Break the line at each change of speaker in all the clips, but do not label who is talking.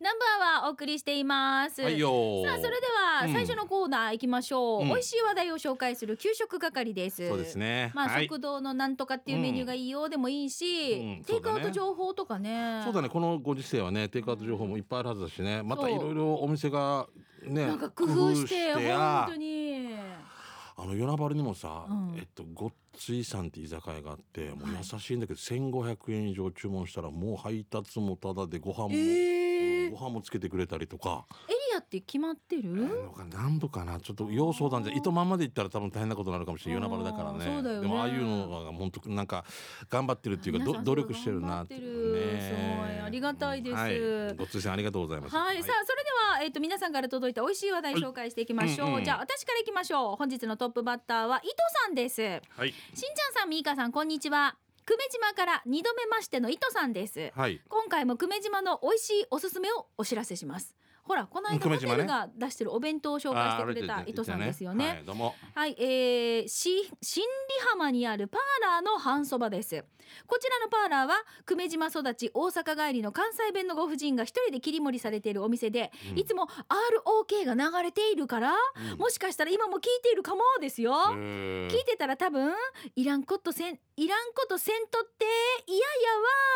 ナンバーはお送りしています、
はいよー
さあそれで
う
は
ん
最初のコーナー行きましょう、
うん
美味しい話題を紹介する給食係です
そうですね
まあ、
はい
食堂のなんとかっていうメニューがいいようでもいいし、
うん
テイクアウト
そうだね
情報とかね
そうだねこのご時世はねテイクアウト情報もいっぱいあるはずだしねまたいろいろお店がね
なんか工夫して
や
本当に
あの与那原にもさ、
うん
えっとごっついさんって居酒屋があってもう優しいんだけど、1500円以上注文したらもう配達もタダでご飯も、
えー、エ
ご飯もつけてくれたりとか、
リアって決まって
な
る
んか何度かなちょっと要相談じゃ
あー
糸まんまで行ったら多分大変なことになるかもしれない
あー
与那原だからね
そうだよね
でもああいうのが本当なんか頑張ってるっていうか
皆
ど
さん
努力してるなって
頑張ってるすごいありがたいです
はい、ごっついさんありがとうございます
はい、さあそれでは、えっと皆さんから届いた美味しい話題紹介していきましょう、
はいうんうん
じゃあ私からいきましょう本日のトップバッターは伊藤さんですしんち
はい
ゃんさんみーかさんこんにちは久米島から二度目ましての伊藤さんです
はい
今回も久米島の美味しいおすすめをお知らせしますほらこの間
久
ホ
米
テ
島ね
ルが出してるお弁当を紹介してくれた伊藤さんですよね
はい、どうも。
はい、えー、し新里浜にあるパーラーの半そばですこちらのパーラーは久米島育ち大阪帰りの関西弁のご婦人が一人で切り盛りされているお店で、
うん
いつも ROK が流れているから、もしかしたら今も聞いているかもですよ、
うんへー
聞いてたら多分いらんことせんいらんことせんとっていやいやわ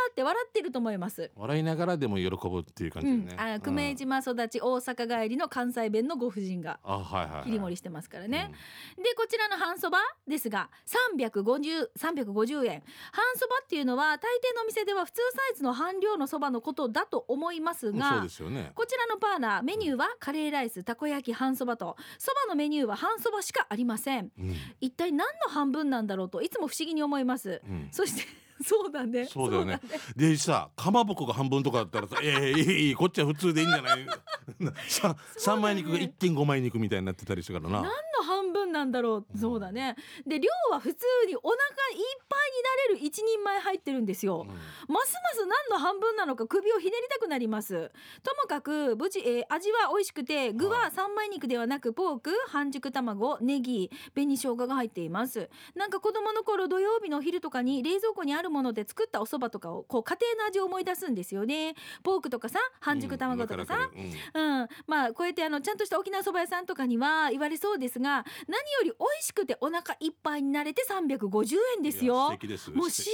ーって笑ってると思います
笑いながらでも喜ぶっていう感じ
う
だよ
ん
ね。、
あ久米
うん
島育ち大阪帰りの関西弁のご婦人が
あはいはいはい。
切り盛り
り
してますからね、でこちらの半そばですが 350, 350円半そばっていうのは大抵のお店では普通サイズの半量のそばのことだと思います
そう
が
ですよね。
こちらのパーラーメニューはカレーライスたこ焼き半そばとそばのメニューは半そばしかありません
うん
一体何の半分なんだろうといつも不思議に思います
うん。
そして そうだね
そうだよね
そうだね
でさかまぼこが半分とかだった らさ「ええいいいいこっちは普通でいいんじゃない? さ」三枚肉が1.5枚肉みたいになってたりするから
何
な。
の半分なんだろう
うん
そうだねで量は普通にお腹いっぱいになれる一人前入ってるんですよ
うん
ますます何の半分なのか首をひねりたくなりますともかく無事、えー味は美味しくて具
は
は三枚肉ではなくポーク半熟卵ネギ紅生姜が入っていますなんか子供の頃土曜日のお昼とかに冷蔵庫にあるもので作ったお蕎麦とかをこう家庭の味を思い出すんですよねポークとかさ半熟卵とかさ、
うんわるわる
うん、まあこうやってあのちゃんとした沖縄そば屋さんとかには言われそうですが何より美味しくてお腹いっぱいになれて350円
うん
です
いや素
よ
敵です
もう幸せ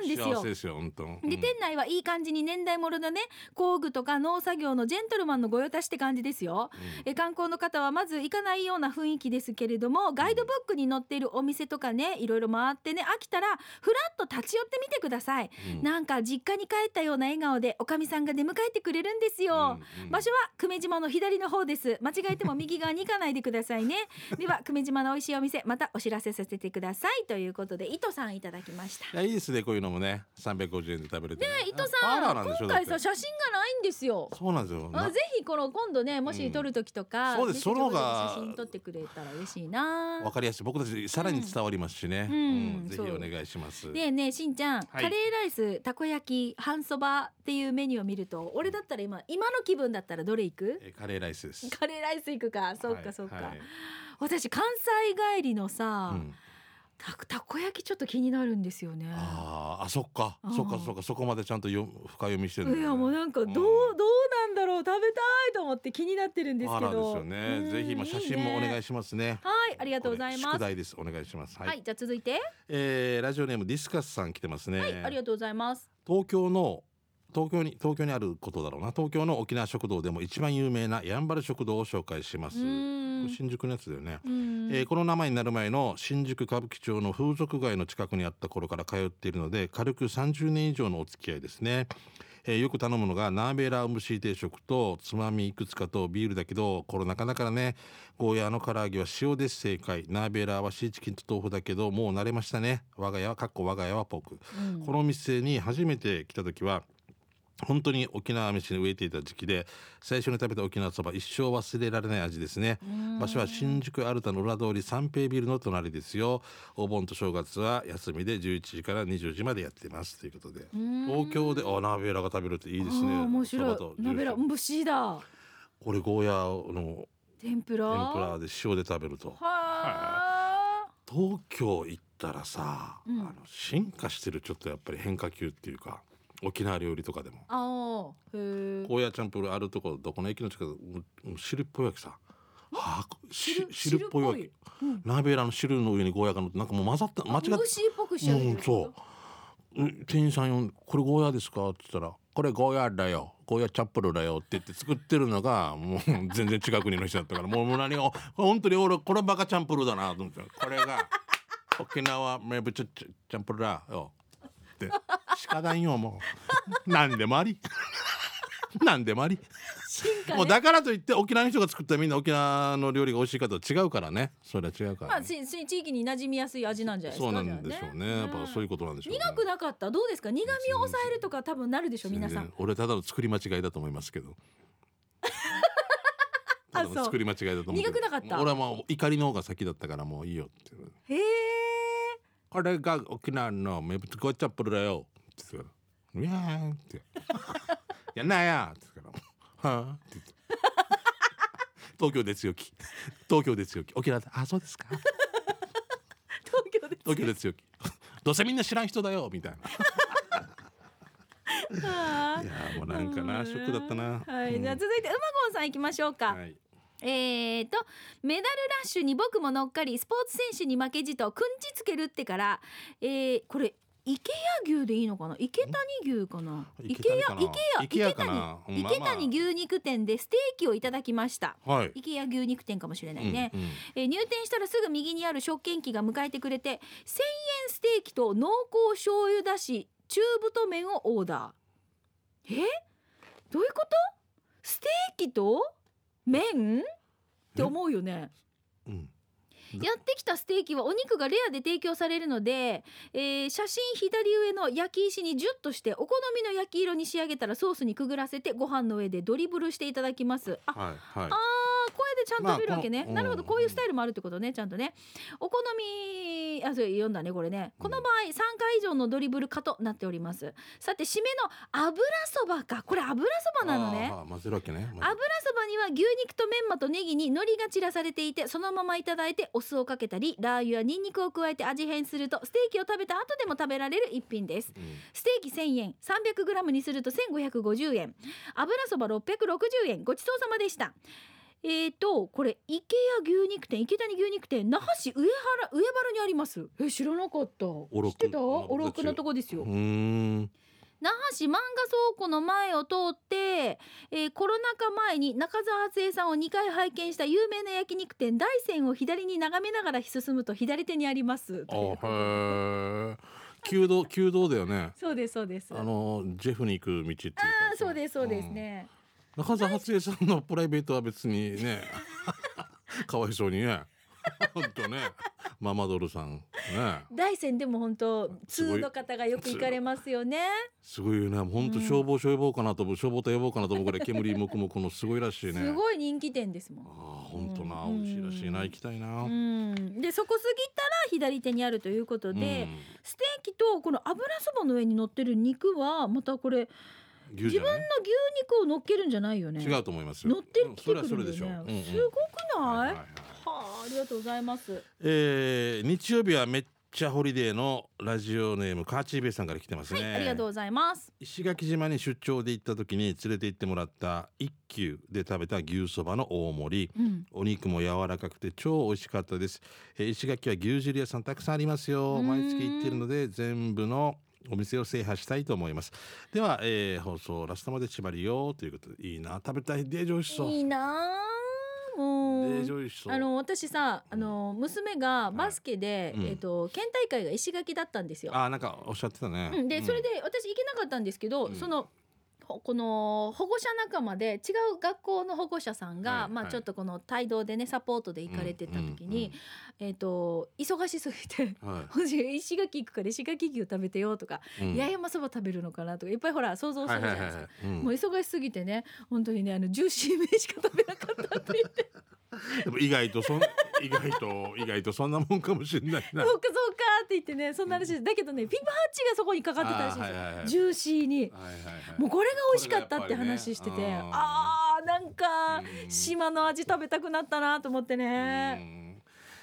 なんですよ
幸せですよ本当。うん
で店内はいい感じに年代物のね工具とか農作業のジェントルマンの御用達って感じですよ。え観光の方はまず行かないような雰囲気ですけれどもガイドブックに載っているお店とかねいろいろ回ってね飽きたらふらっと立ち寄ってみてください。
うん
なんか実家に帰ったような笑顔でおかみさんが出迎えてくれるんですよ。
うんうん
場所は久米島の左の方です間違えても右側に行かないでくださ いねでは久米島の美味しいお店またお知らせさせてくださいということで糸さんいただきました
いやいいですねこういうのもね350円で食べれてね。
伊藤
あ
さ
パーラーな
ん
んでしょ
今回
だ
さ
って
写真がないんですよ
そうなんですよ。
あ
な
ぜひこの今度ねも
うん
し撮る時とか、
そうです
ぜひちょっと
その方が
写真撮ってくれたら嬉しいな
わかりやすい僕たちさらに伝わりますしね、
うんうん
ぜひ
そう
お願いします
ねえねえしんちゃん、カレーライスたこ焼き半そばっていうメニューを見ると俺だったら今今の気分だったらどれ行く
えカレーライスです
カレーライス行くかそうか、
はい
そうか、
はい
私関西帰りのさ、
うん
たたこ焼きちょっと気になるんですよね
あーあそっか
うん
そっかそっかそこまでちゃんとよ深読みしてるんだね
いやもうなんかどう、
うん
どうなんだろう食べたいと思って気になってるんです
あ
け
らです
ど
よね
うん
ぜひまあ写真もお願
ね
いしますね
はいありがとうござい
これ
ま
宿
す
題ですお願いしますは、
はいい、じゃあ続いて、
えーラジオネームディスカスさん来てますね、
はい、ありがとうございます。
東京の東京に東京にあることだろうな東京の沖縄食堂でも一番有名なやんばる食堂を紹介します
うーん
新宿のやつだよね、
うーん
えーこの名前になる前の新宿歌舞伎町の風俗街の近くにあった頃から通っているので軽く30年以上のお付き合いですね、えーよく頼むのがナーベラウムシー定食とつまみいくつかとビールだけどコロナ禍だからねゴーヤーの唐揚げは塩です正解ナーベラはシーチキンと豆腐だけどもう慣れましたね我が家はかっこ我が家はポーク
うん
このお店に初めて来た時は本当に沖縄飯に飢えていた時期で最初に食べた沖縄そば一生忘れられない味ですね場所は新宿アルタの裏通り三平ビルの隣ですよお盆と正月は休みで11時から20時までやってますということで
ん
東京であナベラが食べるっていいですね
あー面
そ
白
ば
い
と。ジュース
鍋ら、ぶしだ。
これゴーヤーの
天ぷら。
天ぷらで塩で食べると
はあ。
東京行ったらさ、
うん
あの進化してるちょっとやっぱり変化球っていうか沖縄料理とかでも
ああへえ
高野チャンプルあるところどこの駅の近くうん汁っぽいわけさはあし汁っぽいわけ
うん
鍋らの汁の上にゴーヤが乗ってなんかもう混ざった間違っ
虫っぽくしちゃう
うんそううん店員さん呼んで「これゴーヤですか?」って言ったら「これゴーヤだよゴーヤチャップルだよ」って言って作ってるのがもう全然違う国の人だったからもうもう何を本当に俺これバカチャンプルだなと思ってこれが沖縄名物チャンプルだよってしかだんよもう何でもあり何でもあり
進化
もう
ね
だからといって沖縄の人が作ったみんな沖縄の料理が美味しいかとは違うからねそれは違うから
ま
ね、
あしし地域に馴染みやすい味なんじゃないです
そう
か
なん
じゃあ
でしょうね。やっぱそういうことなんでしょうね。
苦くなかったどうですか苦味を抑えるとか多分なるでしょ皆さ
全
ん
然俺ただの作り間違いだと思いますけど。
あ
ただの作り間違いだと思うけ
苦
ど。
くなかった
俺はもう怒りの方が先だったからもういいよって。
へえ
これが沖縄の名物ゴーチャップルだよ。って言ったから。いや ーって。やんなやーって言ったから。はあっ て言って。東京で強気。東京で強気。沖縄で。あ、そ うですか。
東京です
東京で強気。どうせみんな知らん人だよみたいな。
あ
いや
ー
ーもうなん かなショックだったな。
はい、じゃあ続いてうまごんさん行きましょうか、
はい。
えーとメダルラッシュに僕も乗っかりスポーツ選手に負けじとくんちつけるってから、えー、これ池谷牛でいいのかな池谷牛かな
池谷かな
池谷
池谷かな
池谷
うん
池
まあまあ
谷牛肉店でステーキをいただきました
はい。
池谷牛肉店かもしれないね、
うんうん
えー入店したらすぐ右にある食券機が迎えてくれて1000円ステーキと濃厚醤油だし中太麺をオーダーえどういうことステーキと麺って思うよね
うんん
やってきたステーキはお肉がレアで提供されるので、えー写真左上の焼き石にジュッとしてお好みの焼き色に仕上げたらソースにくぐらせてご飯の上でドリブルしていただきますあ
はいはい
あ。ーこれでちゃんと食べるわけね、
まあこの
なるほ
う
ど
ん
こういうスタイルもあるってことねちゃんとねお好みあそれ読んだねこれねこの場合3回以上のドリブル化となっておりますさて締めの油そばかこれ油そばなのね
あー。混ぜるわけね。混ぜる
油そばには牛肉とメンマとネギに海苔が散らされていてそのままいただいてお酢をかけたりラー油やニンニクを加えて味変するとステーキを食べた後でも食べられる一品です
うん
ステーキ1000円 300g にすると1550円油そば660円ごちそうさまでしたえーとこれ池谷牛肉店池谷牛肉店那覇市上原上原にありますえ知らなかった
ろ
知
く
ってた
の
おろくのとこですよ、
うーん。
那覇市漫画倉庫の前を通って、えーコロナ禍前に中澤初江さんを2回拝見した有名な焼肉店大山を左に眺めながら進むと左手にあります
あーへえ。弓道弓道だよね。
そうですそうです
あのジェフに行く道っていうか。
あーそうですそうですね、
うん。中澤初江さんのプライベートは別にね。 かわいそうにね。本当ね。ママドルさんね。
大山でも本当
すご
通
い
の方がよく行かれますよね
すごいよね。本当
うん
消防署呼ぼうかなと思う消防隊呼ぼうかなと思うぐらい煙もくもくのすごいらしいね。
すごい人気店ですもん
ああ本当な、
うん
美味しいらしいな行きたいな。
うん、でそこ過ぎたら左手にあるということで、
うん
ステーキとこの油そばの上に乗ってる肉はまたこれ
牛じゃない
この牛肉を乗っけるんじゃないよね
違うと思いますよ。
乗って
うん
き
そ
て
れは
く
そ
る
れ
ん
でしょう。
だよ
うんう
ね
ん
すごく
は
ないい
はいはい
はあありがとうございます
えー日曜日はめっちゃホリデーのラジオネームカーチーベイさんから来てます
は
ね。
いありがとうございます
石垣島に出張で行った時に連れて行ってもらった一休で食べた牛そばの大盛り。
うん
お肉も柔らかくて超美味しかったです、えー石垣は牛汁屋さんたくさんあります
う
よ
ーん
毎月行ってるので全部のお店を制覇したいと思いますでは、えー放送ラストまで縛りよということでいいな食べたいデージ美味しそう
いいなあも
デー
う
ジ美味しそう
あの私さ
うん
あの娘がバスケで、
はいうん
えっと県大会が石垣だったんですよ、
あーなんかおっしゃってたね、
うん、でそれで私行けなかったんですけど、
うん
そのほこの保護者仲間で違う学校の保護者さんが、
はい
まあ
はい
ちょっとこの帯同でねサポートで行かれてた時に、、えっ、と忙しすぎて
うんうんうんは
もし石垣行くから石垣牛食べてよとか、
いうん
八重山そば食べるのかなとかいっぱいほら想像す
は
る
い
じ
は
ゃないで
い
すか、
はいはいうん
もう忙しすぎてね本当にねあのジューシー麺しか食べなか ったって言って
でも意外とそん意外と意外とそんなもんかもしれない
そ
な
うかそうかって言ってねそんな話ですだけどねピンバハッチがそこにかかってたらしいんですよ、
あーはいはいはい
ジューシーに。
はいはいはい
もうこれが美味しかったって話してて、
これがやっぱりね
あーなんか
うん
島の味食べたくなったなと思って
う
ね、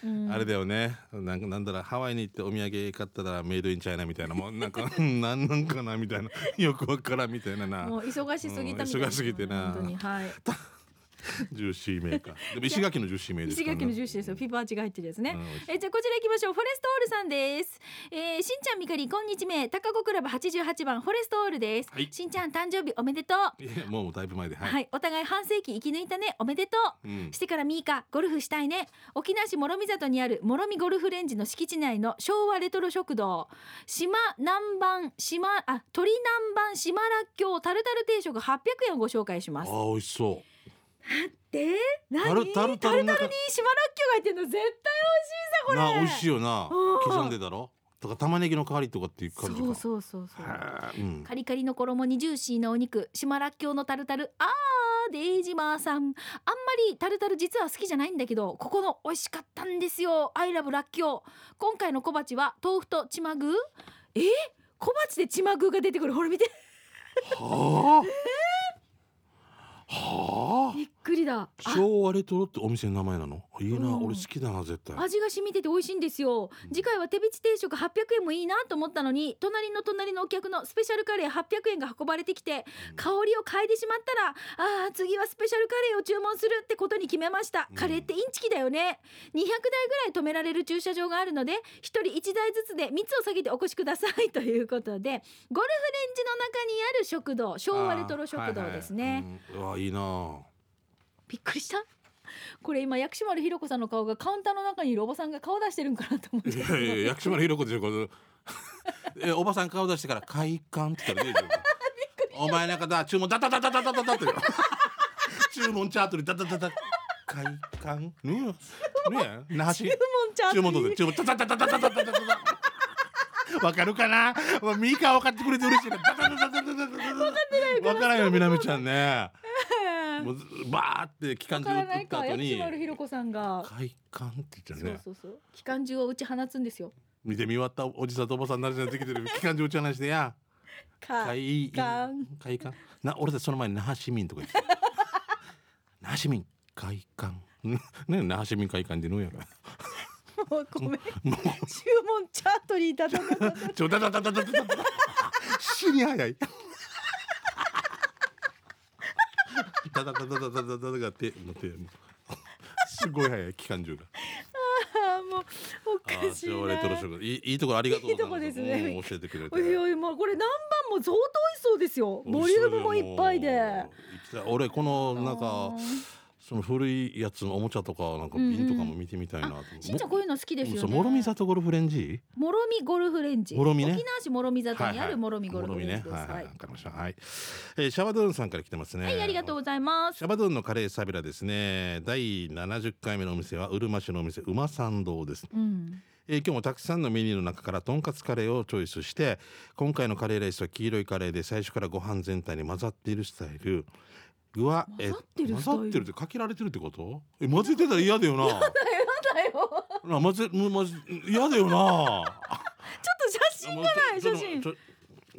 ん
うん
あれだよねなんかなんだらハワイに行ってお土産買ったらメイドインチャイナみたいな もんなんかうんなんなんかなみたいな よくわからんみたい
も
なな
う忙しすぎたみたいな、
うん忙しすぎてな
本当に はい
ジューシーメーカーでも石垣のジューシーメーです
石
からね
垣の重視ですよピーパーチが入ってるやつね、
うん
えじゃあこちら行きましょうフォレストオールさんです、えー、しんちゃんみかりこんにちめ高子クラブ88番フォレストオールです、
はい
しんちゃん誕生日おめでとう
いやもうだいぶ前では、
はいい、お互い半世紀生き抜いたねおめでとう
うん
してからミーカゴルフしたいね沖縄市諸見里にある諸見ゴルフレンジの敷地内の昭和レトロ食堂島南蛮島あ鳥南蛮島らっきょうタルタル定食800円をご紹介しま
あ
す
ー美味しそう
で何
タルタルタルの中
に島らっきょうが入ってんの絶対美味しいさこ
な
れ
美味しいよな
うん
刻んでだろとか玉ねぎの代わりとかっていう感じか
そうそうそうそう
はーうん
カリカリの衣にジューシーなお肉島らっきょうのタルタルあーデイジマーさんあんまりタルタル実は好きじゃないんだけどここの美味しかったんですよアイラブらっきょう今回の小鉢は豆腐とちまぐえ小鉢でちまぐが出てくるほら見て
はあは
びっくりだ
あ
あ
昭和レトロってお店の名前なのいいな、
うん
俺好きだな絶対
味が染みてて美味しいんですよ次回は手びち定食800円もいいなと思ったのに隣の隣のお客のスペシャルカレー800円が運ばれてきて香りを嗅いでしまったらあー次はスペシャルカレーを注文するってことに決めました
うん
カレーってインチキだよね200台ぐらい止められる駐車場があるので1人1台ずつで密を下げてお越しくださいということでゴルフレンジの中にある食堂昭和レトロ食堂ですね、
あーはいはいうんうわいいな
びっくりしたこれ今薬師丸ひろ子さんの顔がカウンターの中にいるおばさんが顔出してるんかなと思って
いやいやいや薬師丸ひろ子でしょこれえおばさん顔出してから「快感」って言ったら出てくるお前なんかだ注文ダダダダダダダダって注文チャートにダダダダ快感ねえねえ那覇市
モンちゃん
注文どうぞ注文タタタタタタタタタタわかるかなもうミカ分かってくれて嬉しいなタタタタタタタタタわからんよみなみちゃんねもうずバーって期間
わ
中
からな
打っ
い
た
か
後
薬師
に
丸ひろ子さんが
快感って言っちゃ
そうう
ね
そうそう機関銃を打ち放つんですよ
見て見終わったおじさんとおばさんなりになってきてる期間中打ち話してや
か
快
感
快感な俺たちその前に那覇市民とか言ってた那覇市民快感ね那覇市民快感でのやろ
もうごめん
もう
注文チャートにいただかった
ちょだだだだだだだだ。死に早い。だだだだだだだだだってのて。すごい早い期間中が。
もうお
あ
か
ー
しいな
昭和レトロ食堂いいいいところありがとうございます。
いいとこですね
うん教えてくれて。
おいおいもうこれ何番も相当美味しそうですよボリュームもいっぱいで
美味しそうだよ。もう俺このなんかその古いやつのおもちゃとかなんか瓶とかも見てみたいなと思う。
しんちゃんこういうの好きですよ
そう
ね
諸見里ゴルフレンジ。
もろみゴルフレンジ
もろみね
沖縄市もろみ里にあ
はいは
る
い
もろみゴルフレンジです
諸見ね。はいは。
はいい
わかりました。はい。えーシャバドゥンさんから来てますね。
はいありがとうございます
シャバドゥンのカレーサビラですね第70回目のお店はうるま市のお店馬参道です、
うん
えー今日もたくさんのメニューの中からとんかつカレーをチョイスして今回のカレーライスは黄色いカレーで最初からご飯全体に混ざっているスタイル具はえー
混ざってる
混
スタイル
ざってるってかけられてるってことえ混ぜてたら嫌だよな
なんだよちょっ
な混ぜむ混ぜ嫌だよ な
と写真がない写真
ちょちょ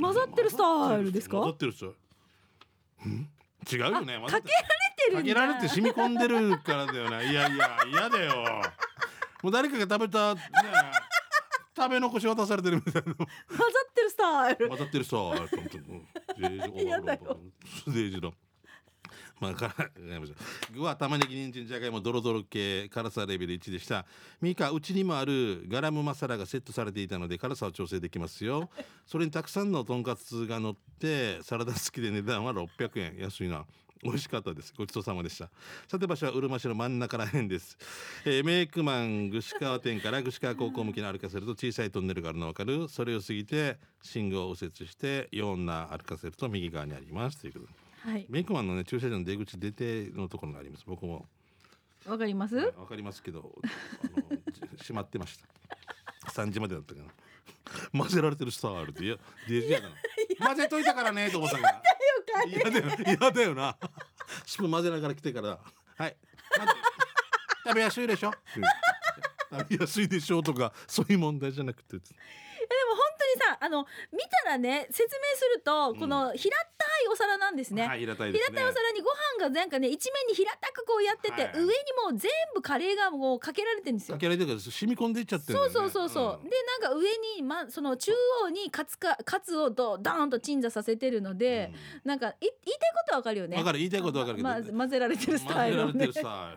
混ざってるスタイルですか
混ざってるスタイルん違うよね混ざってる
出る
か
ん
け
だ
られて染み込んでるからだよな。いやいや、嫌だよ。もう誰かが食べた、ね食べ残し渡されてるみたいな。
混ざってるスタイル
混ざってるさ。
嫌だよ。
デージの。 まあ、から、わかりました具は玉ねぎ、人参、じゃがいも、ドロドロ系、辛さレベル1でした。ミカ、うちにもあるガラムマサラがセットされていたので、辛さを調整できますよ。それにたくさんのとんかつが乗って、サラダ付きで値段は600円。安いな。美味しかったです。ごちそうさまでした。さて場所はうるま市の真ん中ら辺です。えーメイクマン串川店から串川高校向きの歩かせると小さいトンネルがあるのわかる。それを過ぎて信号を右折して四な歩かせると右側にありますということで。
はい
メイクマンのね駐車場の出口出てのところがあります。僕も
わかります
はいわかりますけど、あのじ閉まってました。三時までだったかな。混ぜられてるスターあるっていやデジやだな。混ぜといたからねと思ったから。嫌だよ嫌だよなスプーン混ぜながら来てからはい待って食べやすいでしょって食べやすいでしょとかそういう問題じゃなく
で
て
も本当にさあの見たらね説明するとこの平たいお皿なんですね、
はい、平たいです
平
ね。
たいお皿にご飯がなんかね一面に平たくこうやってて、
はい
上にもう全部カレーがもうかけられてるんですよ
か。けられてるから染み込んでいっちゃってるんだ
そ
よ
う
ね。
そうそうそう、
ん
でなんか上に、ま、その中央にカツかカツをどダーンと鎮座させてるので、なんかい言いたいことはわかるよね
わかる言いたいことわかるけど
まま混ぜられて
うん
るスタイル、ね、
混ぜられてるさ、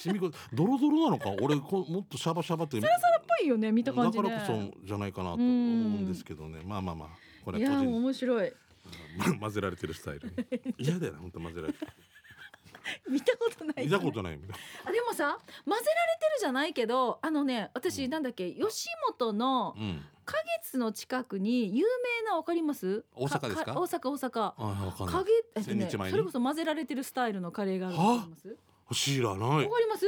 染み込んドロドロなのか。俺こうもっとシャバシャバって。
っぽいよね見た
だ
感
か
じね
らこそじゃないかなと思うんですけどね。まあまあまあ。こ
い
れ
や
は
も
個
う
人
面白い
ま混ぜられてるスタ イル。嫌だよな本当混ぜられてる。
見たことない
見たことないみたい
あでもさ混ぜられてるじゃないけどあのね私なんだっけ吉本の
な。うん。
花月の近くに有名なわかります
大阪ですか
大阪大阪
あわかんな
影
い。
えっとね
千日前に
それこそ混ぜられてるスタイルのカレーがあるのわかります
知らない
わ。かります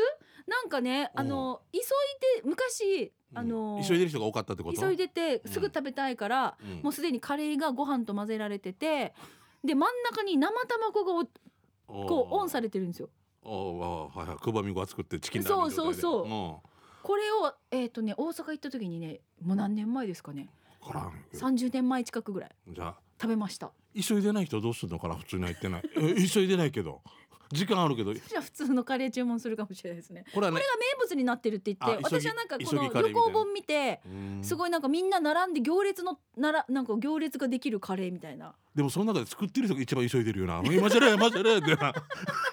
なんかねあの急いで昔あの、
うん急いでる人が多かったってこと。
急いでて
うん
すぐ食べたいから、
うん。
もうすでにカレーがご飯と混ぜられててで真ん中に生卵がおこうオンさ
れ。
れてるんですよ
おーあーはいはい。クバミゴが作ってチキンラーメンみたいな
そうそうそう
うん。
これをえっ、とね大阪行った時にねもう何年前ですかね
わからんよ。
30年前近くぐらい
じゃあ
食べました
急いでない人はどうするのかな普通に入ってない。え急いでないけど時間あるけど
じゃあ普通のカレー注文するかもしれないですね
これは
こ
ね
れ。が名物になってるって言って
あ急ぎ
私はなんかこ
急ぎカ
の
レー
旅
みたいな
行本見て
うん
すごいなんかみんな並んで行列のならなんか行列ができるカレーみたいな
でもその中で作ってる人が一番急いでるよな。え待ちゃれ待ちゃれってな。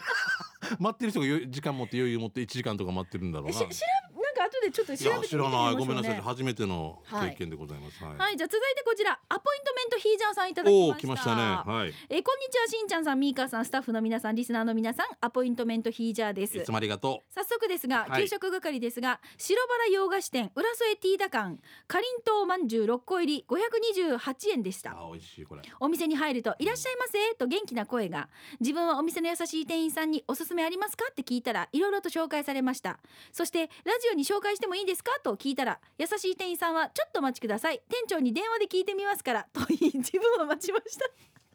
待ってる人がよ時間持って余裕持って1時間とか待ってるんだろう
え
な。
し知らなんか後でちょっと
い
調
や
べて
知
みて
ら
みましょ
な
う
い
ね
ごめんなさい初めての経験でございます。はい。
はいじゃあ続いてこちらアポイントメントヒージャーさんいただきまし
お
た
おー来ましたね。はい。
えーこんにちはしんちゃんさんみーかーさんスタッフの皆さんリスナーの皆さんアポイントメントヒージャーです
いつもありがと
早速ですが、
はい
給食係ですが白バラ洋菓子店浦添ティーダ館かりんとうまんじゅう6個入り528円でし
う。
た
あ美味しいこれ。
お店に入ると「いらっしゃいませ」と元気な声が自分はお店の優しい店員さんに「おすすめありますか?」って聞いたらいろいろと紹介されましたそして「ラジオに紹介してもいいですか?」と聞いたら優しい店員さんは「ちょっとお待ちください店長に電話で聞いてみますから」と言い自分は待ちました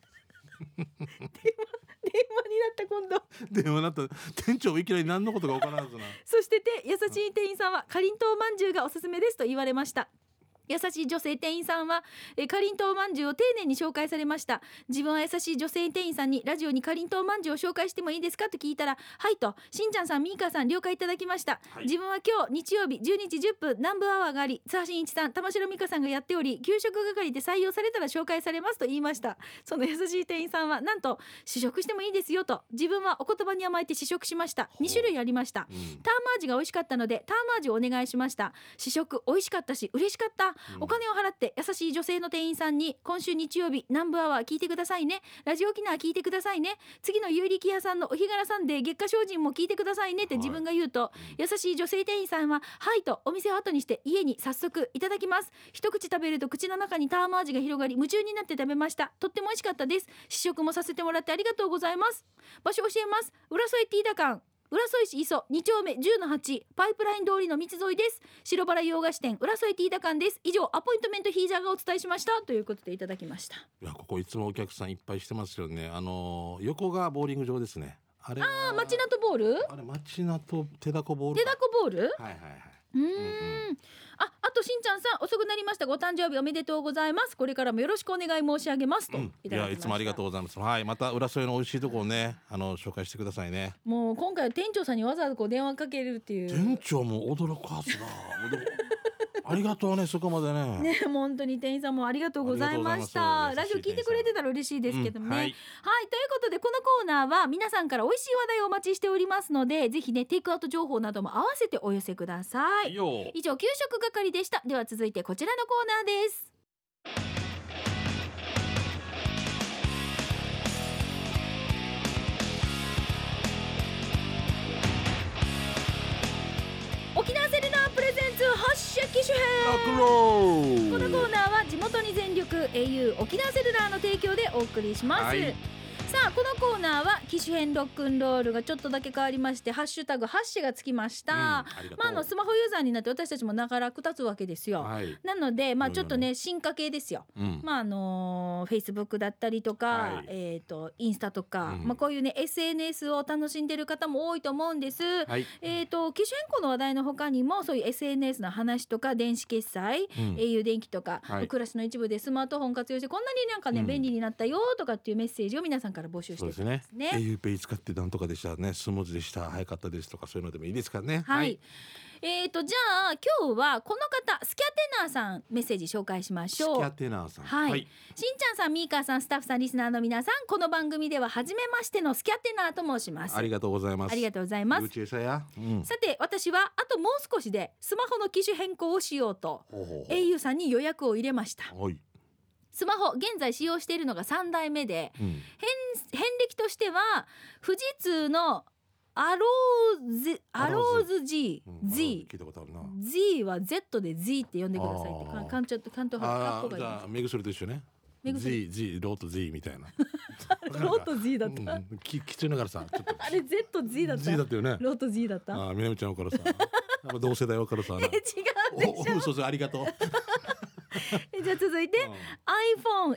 電話電話になった今度
電話なった店長いきなり何のことか分からんずな。
そしてて優しい店員さんは「かりんとうまんじゅうがおすすめです」と言われました優しい女性店員さんはえーかりんとうまんじゅうを丁寧に紹介されました自分は優しい女性店員さんにラジオにかりんとうまんじゅうを紹介してもいいですかと聞いたらはいとしんちゃんさんみーかーさん了解いただきました、
はい
自分は今日日曜日12時10分南部アワーがあり津波真一さん玉城美香さんがやっており給食係で採用されたら紹介されますと言いましたその優しい店員さんはなんと試食してもいいですよと自分はお言葉に甘えて試食しました
ほう
2種類ありました
うん
ターム味が美味しかったのでターム味をお願いしました試食美味しかったし嬉しかった
うん
お金を払って優しい女性の店員さんに今週日曜日南部アワー聞いてくださいねラジオ沖縄聞いてくださいね次の有力屋さんのお日柄さんで月下精進も聞いてくださいねって
はい
自分が言うと、優しい女性店員さんは「はい」とお店を後にして家に早速いただきます一口食べると口の中にターム味が広がり夢中になって食べましたとっても美味しかったです試食もさせてもらってありがとうございます場所教えます浦添ティーダ館浦添市磯2丁目10の8パイプライン通りの道沿いです白バラ洋菓子店浦添ティーダ館です以上アポイントメントヒージャーがお伝えしましたということでいただきました
いやここいつもお客さんいっぱいしてますよね。あのー横がボーリング場ですね。あれは。
あ町名とボール
あれ町名と手だこボール
手
か。
だこボール
はいはいはい。
うーん
うん
ああとしんちゃんさん遅くなりましたご誕生日おめでとうございますこれからもよろしくお願い申し上げますと
うん
い
い
ただきました、
やいつもありがとうございます。はい、また浦添の美味しいところをね、あの紹介してくださいね。
もう今回は店長さんにわざわざこう電話かけるっていう
店長も驚くはずだ。 もうでもありがとうね、そこまでね。
ねもう本当に店員さんもありがとうございました
ありが
ラジ
と
オ
うございます
聞いてくれてたら嬉しいですけどね、
うん
は、
はいい
ということでこのコーナーは皆さんから美味しい話題をお待ちしておりますのでぜひねテイクアウト情報なども合わせてお寄せください
よ
以上給食係でしたでは続いてこちらのコーナーです沖縄セルナープレゼンツ発射機種編
ロックンロール
このコーナーは地元に全力 au 沖縄セルラーの提供でお送りします、
はい
ささあこのコーナーは機種変ロックンロールがちょっとだけ変わりましてハッシュタグハッシュがつきました、
りがとう
まああのスマホユーザーになって私たちもながら下つわけですよ、
はい。
なのでまあ
うん
ちょっとね進化系ですよ
うん。
まああのフェイスブックだったりとか、
はい
えっ、とインスタとか、
うん
まあこういうね SNS を楽しんでる方も多いと思うんです、
はい。
えっ、と機種変更の話題の他にもそういう SNS の話とか電子決済、
うん。
au 電気とか、
はい
暮らしの一部でスマートフォン活用してこんなになんかね、
うん
便利になったよとかっていうメッセージを皆さんから募集して
そう
い
で
き
す
ます
ね。
ね。
えゆうペイ使ってなんとかでしたね。スムーズでした。早かったですとかそういうのでもいいですからね。
はい、。えっ、とじゃあ今日はこの方スキャテナーさんメッセージ紹介しまし
スキ
ょう。
ャテナーさん。
はい、しんちゃんさん、みーかーさん、スタッフさん、リスナーの皆さん、この番組では初めましてのスキャテナーと申します。
ありがとうございます。
ありがとうございます
ゆう。ちえさや。うん。
さて、私はあともう少しでスマホの機種変更をしようと
ほうほうほう
au さんに予約を入れました。
はい。
スマホ現在使用しているのが3代目で、
うん。
遍歴としては富士通のアローズアローズ G
うん
Z
聞いたことあるな。
Z は Z で Z って呼んでくださいって
あ
か
ー
関東関東派
あ
格好が
あ、
い
じ
い
ゃあ目薬と一緒ね。
目薬
Z Z ロート Z みたいな。
です ロート Z だ
う
った、
ん。ききついながらさ、ちょっと。
あれ Z Z だった
Z だったよね。
ロート Z だ った
ああ、みなみちゃん分からさ。やっぱ同世代分からさ。
え違うでし
おお、そうそう、ありがとう。
ょじゃあ続いて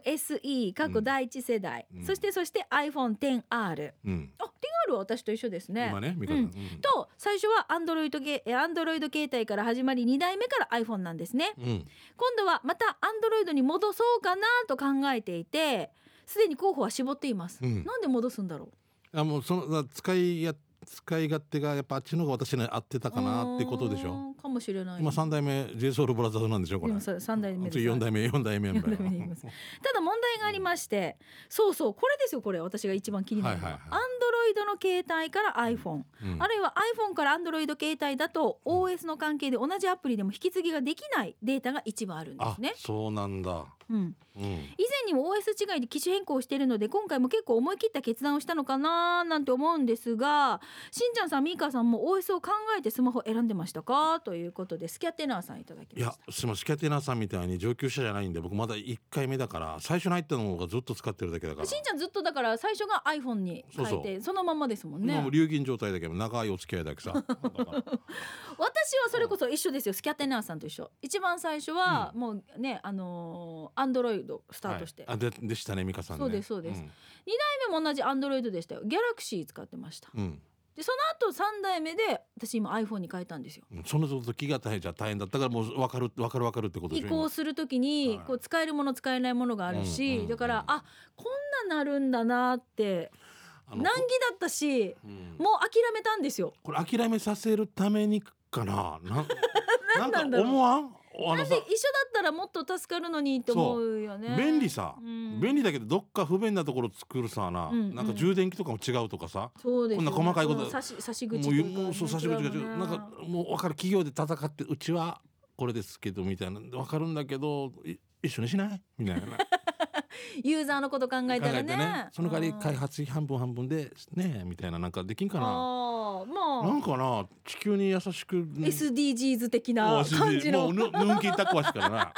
iPhone SE 過去第一世代、
うん
そしてそして iPhone10R あ 10R
うんうん。
は私と一緒ですね
今ね、みかさん。
うんと最初は Android 系え Android 携帯から始まり2代目から iPhone なんですね
うん。うん。
今度はまた Android に戻そうかなと考えていてすでに候補は絞っています、
うん。
なんで戻すんだろ
あ、もう、その、だ使いや、使い勝手が、やっぱあっちの方が私に合ってた
う
かなってことでし
う
ょ
ーんかもしれない
今三代目、ジェイソウルブラザーズなんでしょこれ。
今さ三代目です
次四代目、四代目メンバ
四代目い
ー
ますただ問題がありましてそうそうこれですよこれ私が一番気になるのは,、
はいはいは
Android の携帯から iPhone、
うん
あるいは iPhone から Android 携帯だと OS の関係で同じアプリでも引き継ぎができないデータが一部あるんで
あ
すね、。
そうなんだ。
うん、
うん。
以前にも OS 違いで機種変更しているので今回も結構思い切った決断をしたのかななんて思うんですがしんちゃんさんみーかーさんも OS を考えてスマホを選んでましたかということでスキャテナーさんいただき
い
ま
や
した
すみませんスキャテナーさんみたいに上級者じゃないんで僕まだ1回目だから最初に入ったのがずっと使ってるだけだから
しんちゃんずっとだから最初が iPhone に変えてそ
そうそう
のまんまですもんね
もう流銀状態だけど長いお付き合いだ けさだから
私はそれこそ一緒ですよスキャテナーさんと一緒一番最初はもうねあのー、アンドロイドスタートして、
はいあででしたね美香さんね
そうですそうです
ん
今も同じアンドロイドでしたよギャラクシー使ってました
うん
でその後3代目で私今 iPhone に変えたんですよ
うんその時が大変じゃ大変だったからもう分かる分かる分かるってことで
移
しょ
行するときに
はい
こう使えるもの使えないものがある
うん
し、
うんうん
だからあこんななるんだなって
今あ
難儀
の
だったし
うん
もう諦めたんですよ。
これ諦めさせるためにかななん
なんなんだ
か
ろう
思わんあ
な
の
んで
さ
一緒だったらもっと助かるのにって思うよね。
便利さ、
うん
便利だけどどっか不便なところ作るさな、
うんうん
なんか充電器とかも違うとかさ
そうですよね
こんな細かいこと
その差し差し口
も
と
う
い
ゆ
うか
もうそう差し口が違
違
う
うよね
なんかもう分かる企業で戦ってうちはこれですけどみたいな分かるんだけどい一緒にしないみたいな 考
ユーザーのこと考えたらね。
その代わり
うん
開発費半分半分でねみたいななんかできんかな
あー
な
まあ
んかな地球に優しく
SDGs 的な感じの。
もうぬぬんきったこわしからな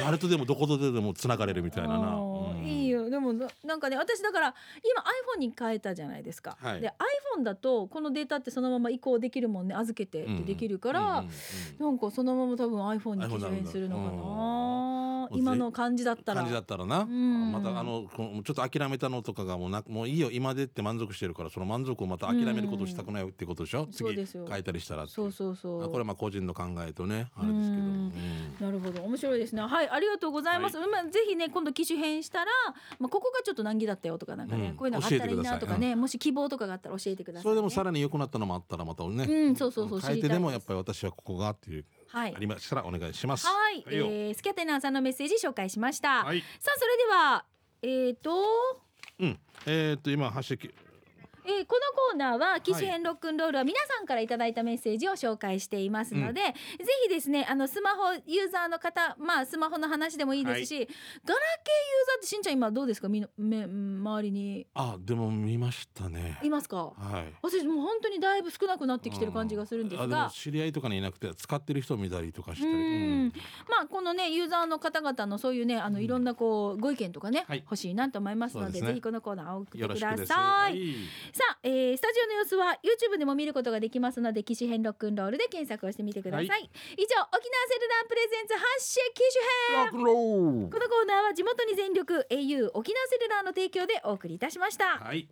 誰とでもどことでもつながれるみたいなな、
あー
うん
いいよでもななんかね私だから今 iPhone に変えたじゃないですか、
はい
で iPhone だとこのデータってそのまま移行できるもんね預けてってできるから、
うんうん
なんかそのまま多分 iPhone に
iPhone
基準するのか
なんだ
な
うん
今の感じだったら
感じだったらな、
ん
またあのこうちょっと諦めたのとかがもうなもういいよ今でって満足してるからその満足をまた諦めることをしたくないってことでしょ、
そうで
次
すよ
変えたりしたらってい
そうそう
あ
そう
これはまあ個人の考えとねあれですけど、
うん
うん
なるほど面白いですねはいありがとうございます、まあ、ぜひね今度機種変したら、まあ、ここがちょっと難儀だったよとかなんかね、
うん
こういうのがあったらいいなとかね、もし希望とかがあったら教えてください、ね、
それでもさらに良くなったのもあったらまたね、
うんそうそうそう
変え
知りた
て
い
でもやっぱり私はここがっていう、
はい
ありましたらお願いします。
はい、
よ
えー、スキャテナーさんのメッセージ紹介しました、
はい
さあそれではえーと
うん、えーっと今ハッシュキ
えーこのコーナーは「機種編ロックンロール」は皆さんからいただいたメッセージを紹介していますので、ぜひですねあのスマホユーザーの方まあスマホの話でもいいですし、ガラケーユーザーってしんちゃん今どうですかみのめ周りに
あでも見ましたね
いますか
はい
私もう本当にだいぶ少なくなってきてる感じがするんですが、
うあも知り合いとかにいなくて使ってる人を見たりとかしたり
うん
うん
まあこのねユーザーの方々のそういうねあのいろんなこうご意見とかね、
はい
欲しいなと思いますの
そう
で
ですね
ぜひこのコーナーを送っ
よ
て
ろ
く
し
だ
く
さ
で
い。
すはい
さあ、えースタジオの様子は YouTube でも見ることができますので機種編ロックンロールで検索をしてみてください、
は
以上沖縄セルラープレゼンツ発信機種編
ロックンロー
こ
ル
のコーナーは地元に全力 au 沖縄セルラーの提供でお送りいたしました、
はい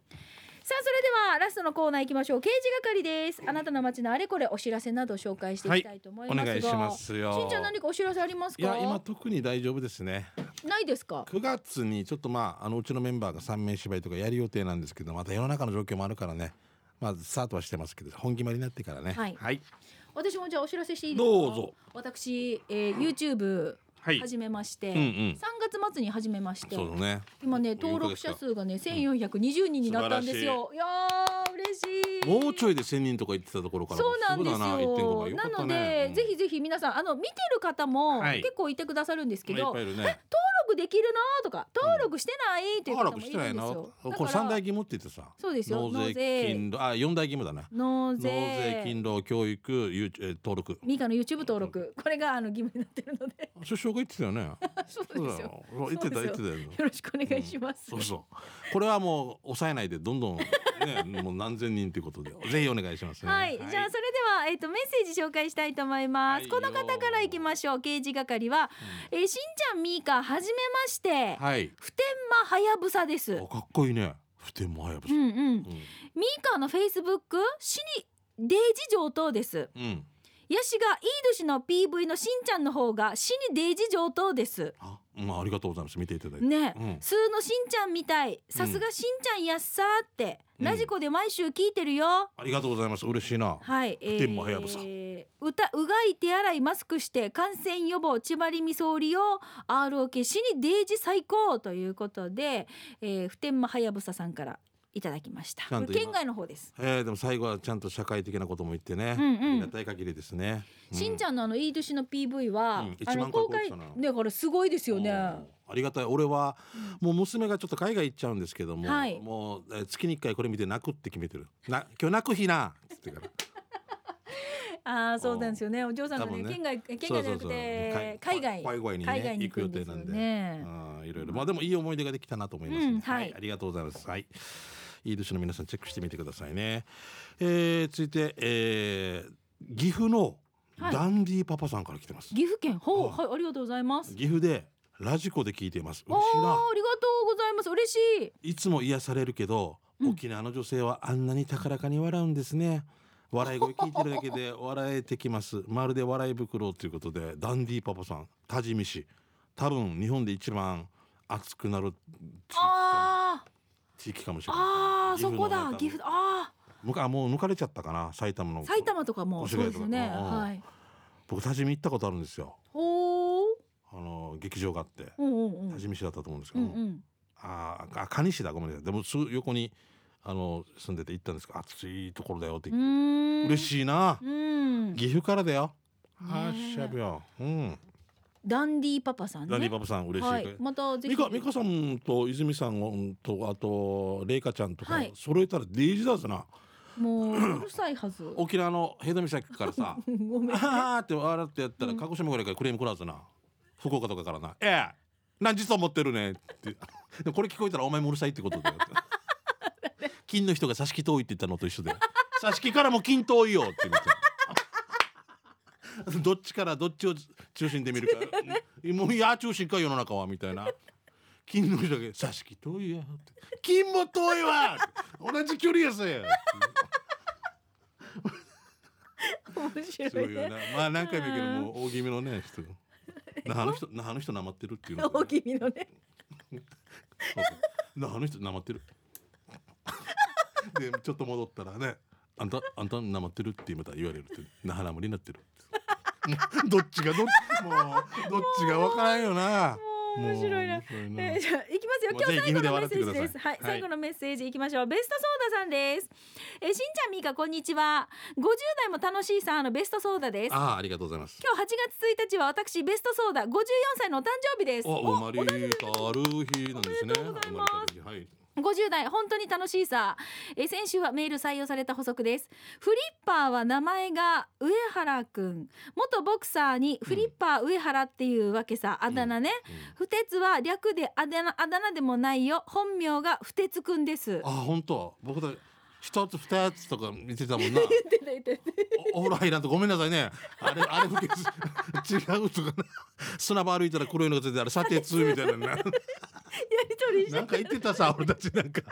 さあそれではラストのコーナー行きましょう刑事係ですあなたの街のあれこれお知らせなど紹介していきたいと思い
お
ますが、
願いしますよ
しんちゃん何かお知らせあります
い
か
や今特に大丈夫ですね
ないですか
9月にちょっとまああのうちのメンバーが3名芝居とかやる予定なんですけどまた世の中の状況もあるからねまあスタートはしてますけど本決まりになってからね
はい
はい
私もじゃあお知らせしていいですか
どうぞ
私、えー、YouTube
はい
始めまして、
うんうん
3月末に始めまして
そうだね
今ね
お
登録者数がね1420人になったんですよ、いやー嬉しい
もうち
ょい
ょいで1000人とか言ってたところから
そうなんですよ
すぐだ1.5倍よ
な
かった
の
ね
で、
うん
ぜひぜひ皆さんあの見てる方も
はい
結構いてくださるんですけ
いっ
ど、
ぱいい
登
るね
録できるなとか登録してないという方も
登録
い
し
る
て
ん
な
で
い
す
な
よ、だか
これ
ら
三大義務って言ってさ
そうですよ
納
納
税
税
勤労あ四大義務だね
納
納税
税
勤労教育ゆうえー登録
ミカの YouTube 登録これがあの義務になってるので
首相が言ってたよね
そう
そう
です
だ
よ
よ言ってた
そう
言っ
で
て
す
たよ
よろしくお願いします、
そうそう。これはもう抑えないでどんどん ね、もう何千人っていうことでぜひお願いしますね。
はい、じゃあそれではえっ、とメッセージ紹介したいと思います。
はい
この方からいきましょう。刑事係は、えーしんちゃんみーかはじめまして。
はい。
普天間はやぶさです。
あかっこいいね。普天間やぶ
う
さ。
んうん。
うん。
みーかのフェイスブック死にデイジ上等です。
うん。
ヤシがいい年の PV のしんちゃんの方が死にデイジ上等です。
あ、まあありがとうございます。見ていただいて。
ね。
うん。
数のしんちゃんみたいさすがしんちゃんやっさーって、
うん
ラジコで毎週聞いてるよ
ありがとうございます。嬉しいな。
はい、え
天もはやぶさ
歌うがい手洗いマスクして感染予防ちばりみそう利用 ROK 死にデイジ最高ということで、えー、普天間はやぶささんからいただきました
ちゃん
こ
と
れ県
今
外の方です、
えー、でも最後はちゃんと社会的なことも言ってね、
うんうん
ありがたい限りですね。
しんち
ゃん
ゃんのあのいい年の PV は、
うん
あ
1
の
万個
公
超え
開
てたな
ねこれすごいですよね
ありがたい俺はもう娘がちょっと海外行っちゃうんですけども、
はい
もうえー月に1回これ見て泣くって決めてるな今日泣く日なっつって から
ああそうなんですよねお嬢さんが
多
ね
分ね
県外県外じゃなくて海外
海外に、ね、
海外に
行
行く
く
ん
予
で
定
すよ
なんで、
ね
うんいろいろまあでもいい思い出ができたなと思いますね、
うんはい
ありがとうございますはいいい年の皆さんチェックしてみてくださいね、えー、続いて、えー、岐阜の
はい
ダンディパパさんから来てます、
岐阜県ほう
あ
はいありがとうございます
岐阜でラジコで聞いています
おおー
嬉しいな
ありがとうございます嬉しい
いつも癒されるけど、
うん
沖縄の女性はあんなに高らかに笑うんですね笑い声聞いてるだけで笑えてきますまるで笑い袋ということでダンディパパさん多治見市多分日本で一番熱くなる地域か
ああ
地域かもしれない
ああ
岐阜
そ
の
こだ
中
岐阜あ
むかあもう抜かれちゃったかな埼玉
あ
の
埼玉とかも
越
そう
谷
で
とか
すよね
うんうん
はい
僕多治見行ったことあるんですよ
ほう
あの劇場があって
うんうんうん
多治見市だったと思うんですけ
う
ど、
んうん
あーあ蟹市だごめんなさいでもすぐ横にあの住んでて行ったんですけど暑いところだよって
うーん
嬉しいな
うん
岐阜からだよ。
ねえ
はっしゃびよ。うん。
ダンディパパさんね
ランディパパさん嬉しい。
はいまたぜ
ミ
ひ
カミカさんと泉さんとあとレイカちゃんとか
はい
揃えたらデイジだぜな。
もううるさいはず、
沖縄のヘド岬からさ
ご めん
あはーって笑ってやった
う
ら
ん
鹿児島ぐらいからクレーム来らずな。福岡とかからな。ええ。何時と思ってるねって。でもこれ聞こえたらお前もうるさいってことだよ。金の人が差し木遠いって言ったのと一緒で。差し木からも金遠いよって言って。 どっちからどっちを中心で見 るか。もういや中心か世の中はみたいな。金の人だけ差し木遠いやって。金も遠いわ。同じ距離やせ。
面
す
白
ご
い
いよ
ね
な。まあ何回も言うけど
うん
もう大気味のね 人。なあの人なあの人なまってるっていうのとね。
大きみのね
そうそうなあの人なまってる。でちょっと戻ったらね。あんたあんたなまってるってまた言われるって。なはなむりになってる。 どっちがどっもうどっちがわからんよな。
もう面白いな
もう面白いな
えーじゃあいきますよる今日
もうぜ
最後のメッ
ひ岐阜で笑って
セー
く
ジ
ださい
ですはい、
はい
最後のメッセージいきましょうベストソーダさんですえーしんちゃんみーかこんにちは50代も楽しいさんのベストソーダです
ああ、ありがとうございます。
今日8月1日は私ベストソーダ54歳のお誕生日です
あ、生まれたる日なんです
おめで
ね。
とうござい
生
ます
まれたる日はい。
50代本当に楽しいさえー先週はメール採用された補足ですフリッパーは名前が上原くん元ボクサーにフリッパー上原っていうわけさ、あだ名ね、
うん
不鉄は略であだ名あだ名でもないよ本名が不鉄くんです
あ、本当。僕だ。一つ二つとか見てたもんな。
言ってない言ってない
おお風呂入らんとごめんなさいね。あれあれ不潔違うとかな。砂場歩いたら黒いのが出てあれ砂鉄みたいなな。
やりとりして
なんか言ってたさ俺たちなんか。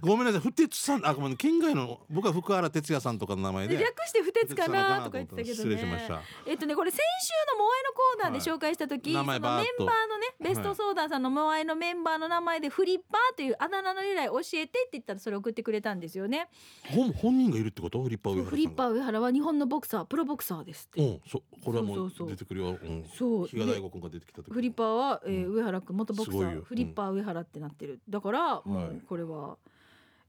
ごめんなさい。不鉄さんあごめん県外の僕は福原哲也さんとかの名前で。
略して不鉄かなとか
不
言って
鉄
たけどね
失礼しました。
えっとねこれ先週のモアイのコーナーで紹介した時、
はい名前
その
バー
メ
ッ
ン
と
バーのねベストソーダーさんのモアイのメンバーの名前でフリッパーというあだ名の由来教えてって言ったらそれ送ってくれたんですよね
本本人がいるってことフリッパー上原さんが。
フリッパー上原は日本のボクサープロボクサーですって、
うん、そう、これはも
そう
う
そうそう
出てくるよ。うん、
そう
比嘉大
で
吾君が出てきた時。
フリッパーは、えー
うん
上原君元ボクサ
すごいよ
ーフリッパー上原ってなってるだから
い
もうこれは、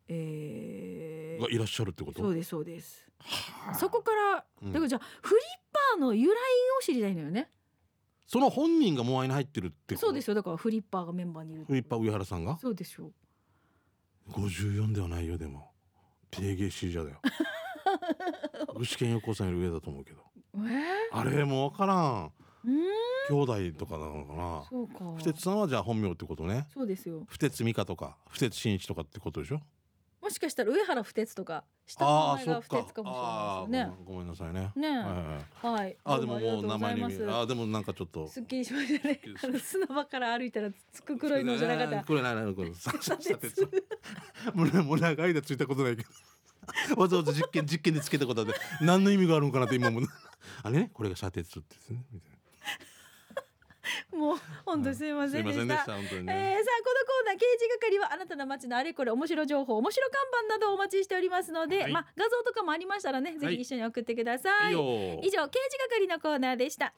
えー
がいらっしゃるってこと。
そう
で
ですそうです
す
そこから
うん
だからじゃあフリッパーの由来を知りたいのよね
その本人がモアイに入ってるってこと。
そうですよだからフリッパーがメンバーにいるって
フリッパー上原さんが。
そうでしょう
五十四ではないよ、でも。定芸シージャーだよ。具志堅横尾さんより上だと思うけど。
えー、
あれ、もうわからん。
うーん
兄弟とかなのか
そうか
な。不徹さんはじゃあ本名ってことね。
そうですよ
不徹美香とか、不徹真一とかってことでしょ。
もしかしたら上原不徹とか下の
ああー、
名前
そ
が
っ
不
か
徹か。
ああ
も
ー、
しれないですよね
ごめんごめんなさいね。
ねえ
はいはいはい
はい
あ、でももう名前に
あ
見
りがとうござ
える。
いま
あ、でもなんかちょっと
す。すっきりしましたねあの砂場から歩いたらつく黒いのじゃなかった
黒いのじゃなか った。
そうで
鉄
す
もうねもう長い間ついたことないけど。 わざわざ実験実験でつけたことで何の意味があるのかなって今も ね。あれねこれが砂鉄ってですね。みたいな
もう本当すいませんでした、
すいませんでした本当
え
に
ー、さあこのコ
ね。
ーナー刑事係はあなたの街のあれこれ面白情報面白看板などお待ちしておりますので、
はい
まあ画像とかもありましたらねぜひ一緒に送ってくださ
い
い、
いよ
以上刑事係のコーナーでした